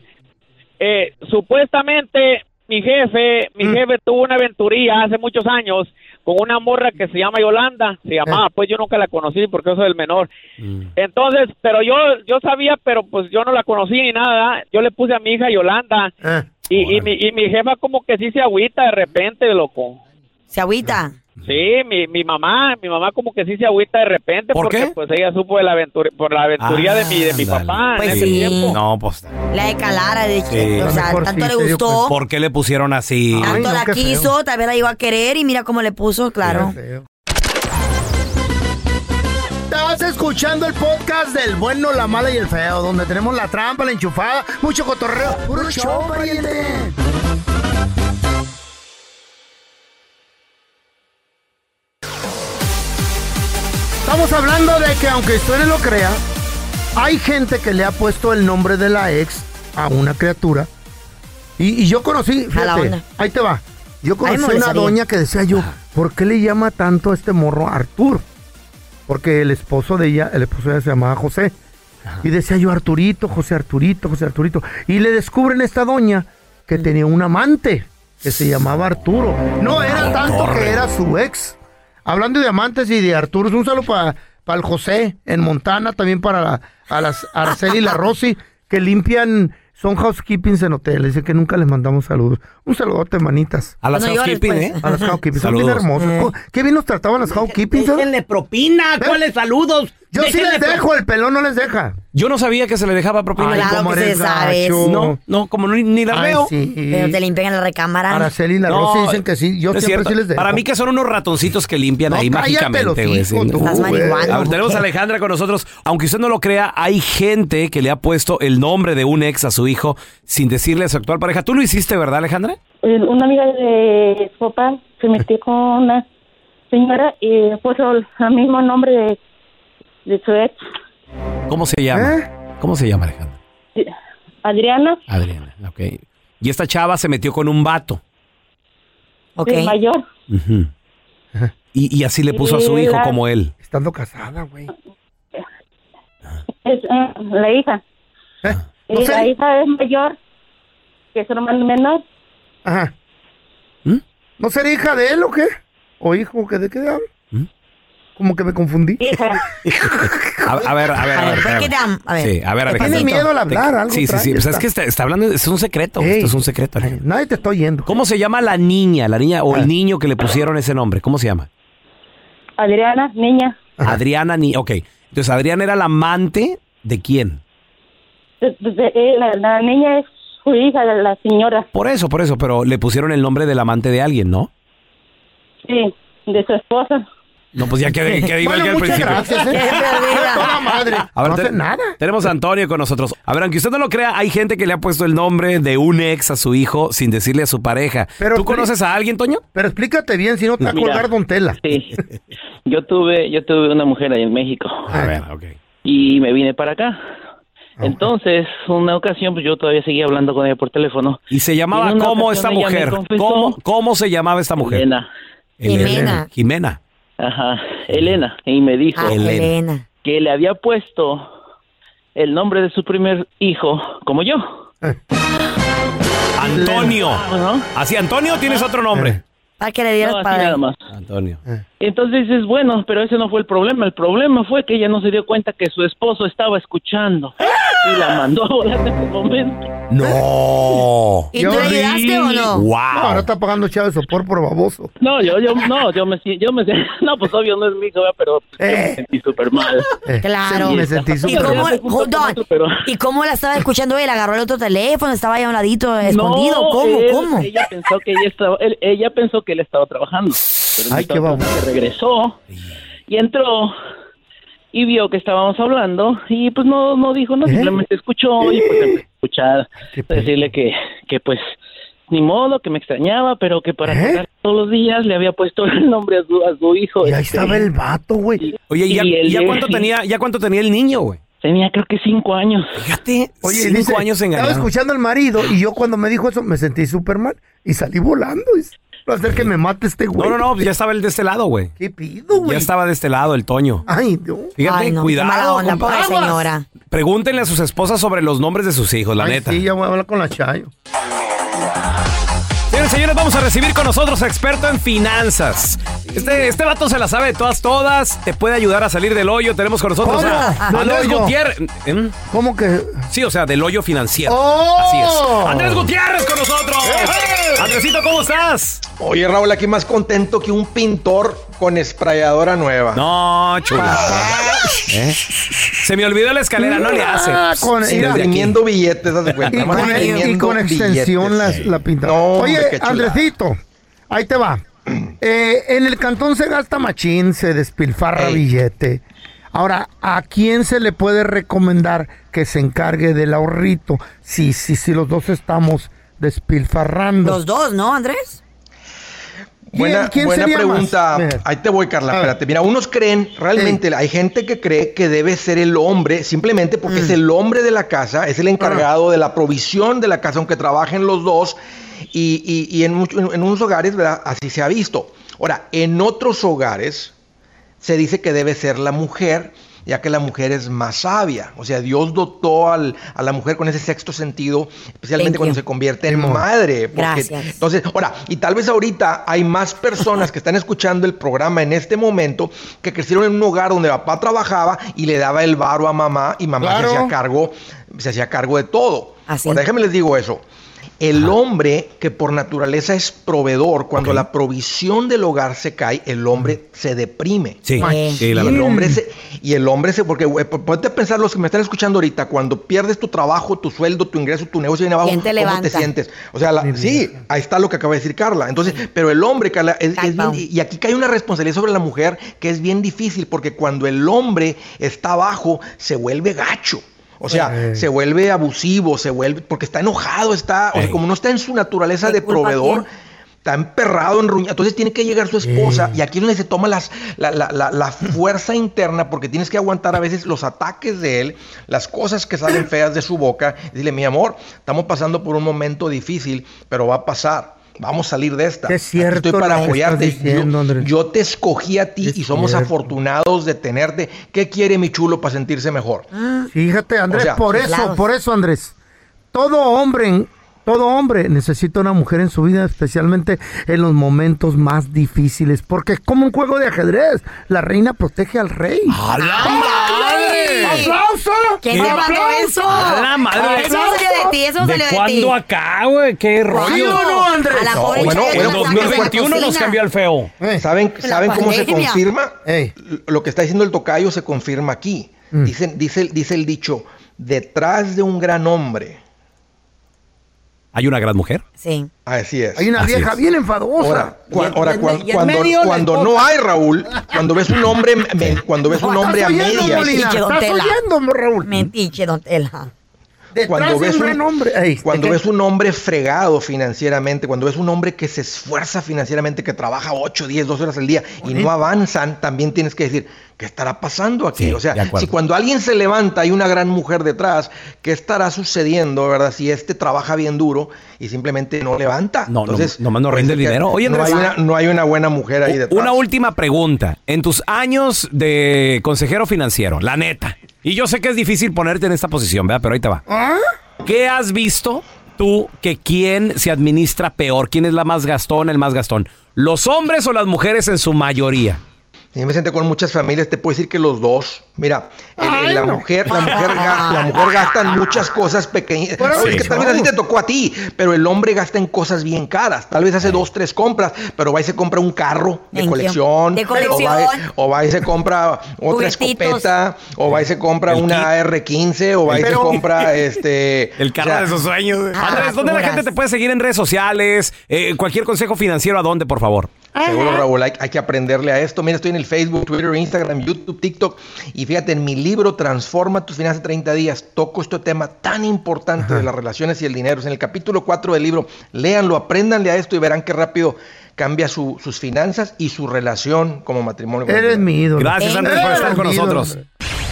Eh, supuestamente mi jefe, mi
Mm.
jefe tuvo una aventuría hace muchos años con una morra que se llama Yolanda, se
Eh.
llamaba, pues yo nunca la conocí porque yo soy el menor.
Mm.
Entonces, pero yo yo sabía, pero pues yo no la conocí ni nada. Yo le puse a mi hija Yolanda
Eh.
y, y, mi, y mi jefa como que sí se agüita de repente, loco.
¿Se agüita?
Sí, mi, mi mamá, mi mamá como que sí se agüita de repente
¿Por
porque
qué?
pues ella supo de la aventura, por la aventuría de mi de mi
Ándale.
papá. en
Pues
ese
sí.
tiempo.
No, pues.
La de Calara, de
sí.
o sea, tanto le gustó,
¿Por qué le pusieron así?
tanto la quiso, tal vez la iba a querer y mira cómo le puso, claro.
Estás escuchando el podcast del bueno, la mala y el feo, donde tenemos la trampa, la enchufada, mucho cotorreo. ¡Puro show, pariente! Estamos hablando de que, aunque usted no lo crea, hay gente que le ha puesto el nombre de la ex a una criatura. Y, y yo
A
conocí,
la
fíjate,
onda.
ahí te va.
Ay,
Yo
me
conocí una
molestaría.
doña que decía yo, ¿por qué le llama tanto a este morro Artur? Porque el esposo de ella, el esposo de ella se llamaba José. Y decía yo, Arturito, José Arturito, José Arturito. Y le descubren a esta doña que
Mm.
tenía un amante que se llamaba Arturo. No
Oh,
era tanto que era su ex. Hablando de amantes y de Arturo, un saludo para el José en Montana, también para la- a las Arceli y la Rosy, que limpian, son housekeepings en hoteles, dice que nunca les mandamos saludos. Un saludote, manitas.
A las No llores, housekeeping, pues. ¿eh?
A las housekeeping, son bien
Saludos.
hermosas. Oh, Qué bien nos trataban las housekeeping, ¿sabes?
Déjenle propina,
¿Eh?
¿cuáles saludos?
Yo sí
Déjenle
les
pro-
dejo, el pelón no les deja.
Yo no sabía que se le dejaba propina.
Ay, Claro cómo que eres se sabe. gacho.
No, no, como ni, ni la
Ay,
veo.
sí.
Pero te limpian en la recámara.
Araceli y la Rosy dicen que sí. Yo
no es
siempre
cierto.
sí les dejo.
Para mí que son unos ratoncitos que limpian ahí
cállate los
mágicamente, güey. sí.
hijos, tú, Estás güey. marihuana.
A ver, tenemos a Alejandra con nosotros. Aunque usted no lo crea, hay gente que le ha puesto el nombre de un ex a su hijo sin decirle a su actual pareja. ¿Tú lo hiciste, verdad, Alejandra?
Eh, Una amiga de su papá se metió con una señora y puso el el mismo nombre de, de su ex,
¿Cómo se llama?
¿Eh?
¿Cómo se llama, Alejandra?
Adriana,
Adriana, ok. Y esta chava se metió con un vato.
el mayor.
Ujú. Y, y así le puso a su
Y
hijo
la-
como él.
Estando casada, güey.
Es, eh, la hija.
¿Eh?
no
Y
sé.
La hija es mayor que su hermano menor.
Ajá.
¿Mm?
¿No será hija de él o qué? ¿O hijo? que ¿De qué hablan?
¿Mm?
Como que me confundí.
A, a ver, a ver, a ver.
¿por qué
espérame.
te am- a ver,
Sí, a ver,
te
Alejandra.
tiene miedo al hablar, algo
Sí, sí,
trae
sí. Pues es
esta.
que está, está hablando, es un secreto. Esto es un secreto. Alejandra.
Nadie te está oyendo. Ah.
¿Cómo se llama la niña, la niña o el niño que le pusieron ese nombre? ¿Cómo se llama?
Adriana, niña,
Adriana ni. Ok. Entonces, Adriana era la amante de quién?
de- de- de- eh, la, la niña es su hija, la, la señora,
Por eso, por eso, pero le pusieron el nombre del amante de alguien, ¿no?
sí, de su esposa.
No, pues ya quedé, quedé igual
Bueno,
que al
muchas
principio.
gracias, ¿eh? Toda
madre.
A ver,
no
te-
hace nada.
Tenemos a Antonio con nosotros. A ver, aunque usted no lo crea, hay gente que le ha puesto el nombre de un ex a su hijo sin decirle a su pareja. ¿Tú conoces a alguien, Toño?
Pero explícate bien, si no te va a
Mira.
colgar Don Tela.
Sí. Yo tuve, yo tuve una mujer ahí en México. Y me vine para acá. Entonces, una ocasión, pues yo todavía seguía hablando con ella por teléfono.
Y se llamaba
En una
cómo esta
ocasión ella me
mujer.
confesó-
¿Cómo, cómo se llamaba esta mujer?
Elena.
Elena.
Jimena.
Jimena.
Ajá, Elena. Y me dijo
Ah, Elena. Elena.
que le había puesto el nombre de su primer hijo, como yo.
Antonio. Así, Antonio, tienes otro nombre.
Eh. Para que le dieras
Ah, No, así
para
nada más.
Antonio.
Entonces dices, bueno, pero ese no fue el problema. El problema fue que ella no se dio cuenta que su esposo estaba escuchando
¡Ah!
y la mandó a volar en ese momento.
No.
¿Y tú le ayudaste o no?
Wow.
ahora está pagando Chávez Sopor por baboso.
No, yo, yo, no, yo me, si- yo me, si- no, pues obvio no es mi hijo, ¿verdad? pero pues, yo me sentí súper mal.
Claro.
Sí,
¿Y cómo, hold on. ¿Y cómo la estaba escuchando él? ¿Agarró el otro teléfono? ¿Estaba ahí a un ladito, escondido? ¿Cómo?
él-
¿Cómo?
Ella pensó que ella estaba, él- ella pensó que él estaba trabajando. Pero no
Ay,
estaba
qué baboso.
trabajando, Regresó y entró y vio que estábamos hablando y pues no, no dijo,
¿Eh?
no, simplemente escuchó y pues empezó a escuchar, decirle que, que pues ni modo, que me extrañaba, pero que para
¿Eh?
jugar todos los días le había puesto el nombre a su, a su hijo. este.
ahí estaba el vato, güey.
Oye, ¿y ya,
Y el-
ya cuánto tenía, ya cuánto tenía el niño, güey?
Tenía creo que cinco años.
Fíjate,
Oye,
cinco
dice,
años
Estaba
engañado.
escuchando al marido y yo cuando me dijo eso me sentí súper mal y salí volando. dice. Va a hacer que me mate este
No,
güey.
no, no, pues ya estaba el de este lado, güey.
¿Qué pido,
Ya
güey?
estaba de este lado el Toño.
Ay, Dios.
Fíjate,
Ay, no, qué
cuidado.
mala onda,
compa-
pobre
aguas.
señora.
Pregúntenle a sus esposas sobre los nombres de sus hijos, la
Ay,
neta.
Sí, ya voy a hablar con la Chayo.
Señores, señores, vamos a recibir con nosotros a experto en finanzas. Este, este vato se la sabe de todas, todas. Te puede ayudar a salir del hoyo. Tenemos con nosotros
¿Cómo?
a
¿Del
Andrés
hoyo?
Gutiérrez. ¿Em?
¿Cómo que?
Sí, o sea, del hoyo financiero.
¡Oh! ¡Eh,
Así es. Andrés Gutiérrez con nosotros. Andresito, ¿cómo estás?
Oye, Raúl, aquí más contento que un pintor con esprayadora nueva.
No, chulo. ¿Eh? Se me olvidó la escalera, no le hace.
Ah, con-
Sí,
mira,
desde aquí.
imprimiendo billetes, haz de cuenta.
Y
nomás
con, y
imprimiendo
con extensión la,
billetes.
la pinta.
No, hombre,
Oye,
qué chulada.
Andresito, ahí te va. Eh, en el cantón se gasta machín, se despilfarra billete. Ahora, ¿a quién se le puede recomendar que se encargue del ahorrito? Si, si, si los dos estamos despilfarrando.
Los dos, ¿no, Andrés?
Buena, buena
sería más?
pregunta.
Mira.
Ahí te voy, Carla. Espérate. Mira, unos creen, realmente hay gente que cree que debe ser el hombre simplemente porque
Mm.
es el hombre de la casa,
Ah.
es el encargado de la provisión de la casa, aunque trabajen los dos. Y, y- y en, mucho- en- en unos hogares, ¿verdad? Así se ha visto. Ahora, en otros hogares se dice que debe ser la mujer ya que la mujer es más sabia, o sea, Dios dotó al- a la mujer con ese sexto sentido, especialmente
Thank
cuando
you.
se convierte en
Amor.
madre, porque
Gracias.
entonces, ahora, y tal vez ahorita hay más personas que están escuchando el programa en este momento que crecieron en un hogar donde papá trabajaba y le daba el varo a mamá y mamá
Claro.
se hacía cargo, se hacía cargo de todo. Ahora, déjenme les digo eso. El hombre, que por naturaleza es proveedor, cuando la provisión del hogar se cae, el hombre se deprime.
Sí,
Machín.
sí, la
y el
verdad.
hombre se, Y el hombre se... Porque güey, pu- ponte a pensar, los que me están escuchando ahorita, cuando pierdes tu trabajo, tu sueldo, tu ingreso, tu negocio viene abajo,
¿Quién te
¿cómo
levanta?
te sientes? O sea, la- sí, ahí está lo que acaba de decir Carla. Entonces, pero el hombre, Carla, es, es bien- y aquí cae una responsabilidad sobre la mujer que es bien difícil, porque cuando el hombre está abajo, se vuelve gacho. O sea,
Ey.
se vuelve abusivo, se vuelve, porque está enojado, está, o sea, como no está en su naturaleza de
culpa
proveedor,
tiene?
está emperrado, enruñado. Entonces tiene que llegar su esposa y aquí es donde se toma las, la, la- la- la fuerza interna porque tienes que aguantar a veces los ataques de él, las cosas que salen feas de su boca. y Dile, mi amor, estamos pasando por un momento difícil, pero va a pasar. Vamos a salir de esta.
Qué
Aquí
cierto
estoy para
lo que
apoyarte.
estás diciendo,
Yo-
Andrés.
yo te escogí a ti y somos
cierto.
afortunados de tenerte. ¿Qué quiere mi chulo para sentirse mejor?
Ah.
Fíjate, Andrés,
O sea,
por eso,
claro.
por eso, Andrés. Todo hombre, todo hombre necesita una mujer en su vida, especialmente en los momentos más difíciles, porque es como un juego de ajedrez. La reina protege al rey.
madre!
¡Aplauso!
¿Quién te mandó
¡Aplauso!
eso?
¡A la madre!
Eso salió de ti,
¿De
eso salió de ti.
cuándo acá, güey? ¿Qué rollo?
¿Cuándo?
no, Andrés?
A la
No,
pobre
bueno,
Chela
bueno,
la
dos
sacan de la
mil veintiuno nos
cocina.
cambió al feo.
Eh.
¿Saben,
La
¿saben cómo se
pandemia.
confirma? Lo que está diciendo el tocayo se confirma aquí.
Mm.
Dicen, dice, dice el dicho, detrás de un gran hombre.
¿Hay una gran mujer?
Sí.
Así es.
Hay una
Así
vieja
es.
bien enfadosa.
Ahora, cua-
Y-
ahora,
y-
cuan-
y en
cuando,
medio la
cuando no
esposa.
hay Raúl, cuando ves un hombre, me- cuando ves un
No,
hombre a
estás oyendo,
medias,
Molina, estás
oyendo, Raúl.
Mentiche, don Tela.
cuando ves un, cuando ves un hombre fregado financieramente, cuando ves un hombre que se esfuerza financieramente, que trabaja 8, 10, 12 horas al día y no avanzan, también tienes que decir, ¿qué estará pasando aquí? o sea, si cuando alguien se levanta hay una gran mujer detrás, ¿qué estará sucediendo, verdad? Si este trabaja bien duro y simplemente no levanta.
No, no, nomás no
puede
rinde
ser
el
que
dinero. Oye,
no, hay
Andrés.
una, no hay una buena mujer ahí detrás.
Una última pregunta. En tus años de consejero financiero, la neta. Y yo sé que es difícil ponerte en esta posición, ¿verdad? Pero ahí te va. ¿Qué has visto tú que quién se administra peor? ¿Quién es la más gastón, el más gastón? ¿Los hombres o las mujeres en su mayoría?
Yo me senté con muchas familias, te puedo decir que los dos. Mira, el- el- la, mujer, la, mujer gasta, la mujer gasta en muchas cosas pequeñas.
Pero
Oye,
sí,
es que tal vez
no.
así te tocó a ti, pero el hombre gasta en cosas bien caras. Tal vez hace dos, tres compras, pero va y se compra un carro de
Thank you.
colección.
De
O va, y-
colección.
o va y se compra otra
Juguetitos.
escopeta, o va y se compra una AR-15, o va y se
Pero-
compra este...
El carro
o sea,
de sus sueños.
Ah,
Andrés, ¿dónde la
duras.
gente te puede seguir en redes sociales? Eh, cualquier consejo financiero, ¿a dónde, por favor?
Seguro, Raúl, hay, hay que aprenderle a esto. Mira, estoy en el Facebook, Twitter, Instagram, YouTube, TikTok. Y fíjate, en mi libro Transforma tus finanzas en 30 días, toco este tema tan importante de las relaciones y el dinero. Es en el capítulo 4 del libro, léanlo, apréndanle a esto y verán qué rápido cambia su- sus finanzas y su relación como matrimonio. con el
Eres
dinero.
mi ídolo.
Gracias, Andrés, por estar con
Eres mi ídolo.
nosotros.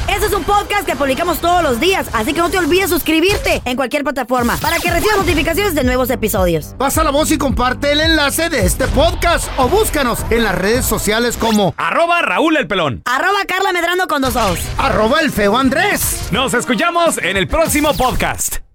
Este es un podcast que publicamos todos los días, así que no te olvides suscribirte en cualquier plataforma para que recibas notificaciones de nuevos episodios.
Pasa la voz y comparte el enlace de este podcast o búscanos en las redes sociales como
Arroba Raúl el Pelón.
Arroba Carla Medrano con dos ojos.
arroba el feo Andrés.
Nos escuchamos en el próximo podcast.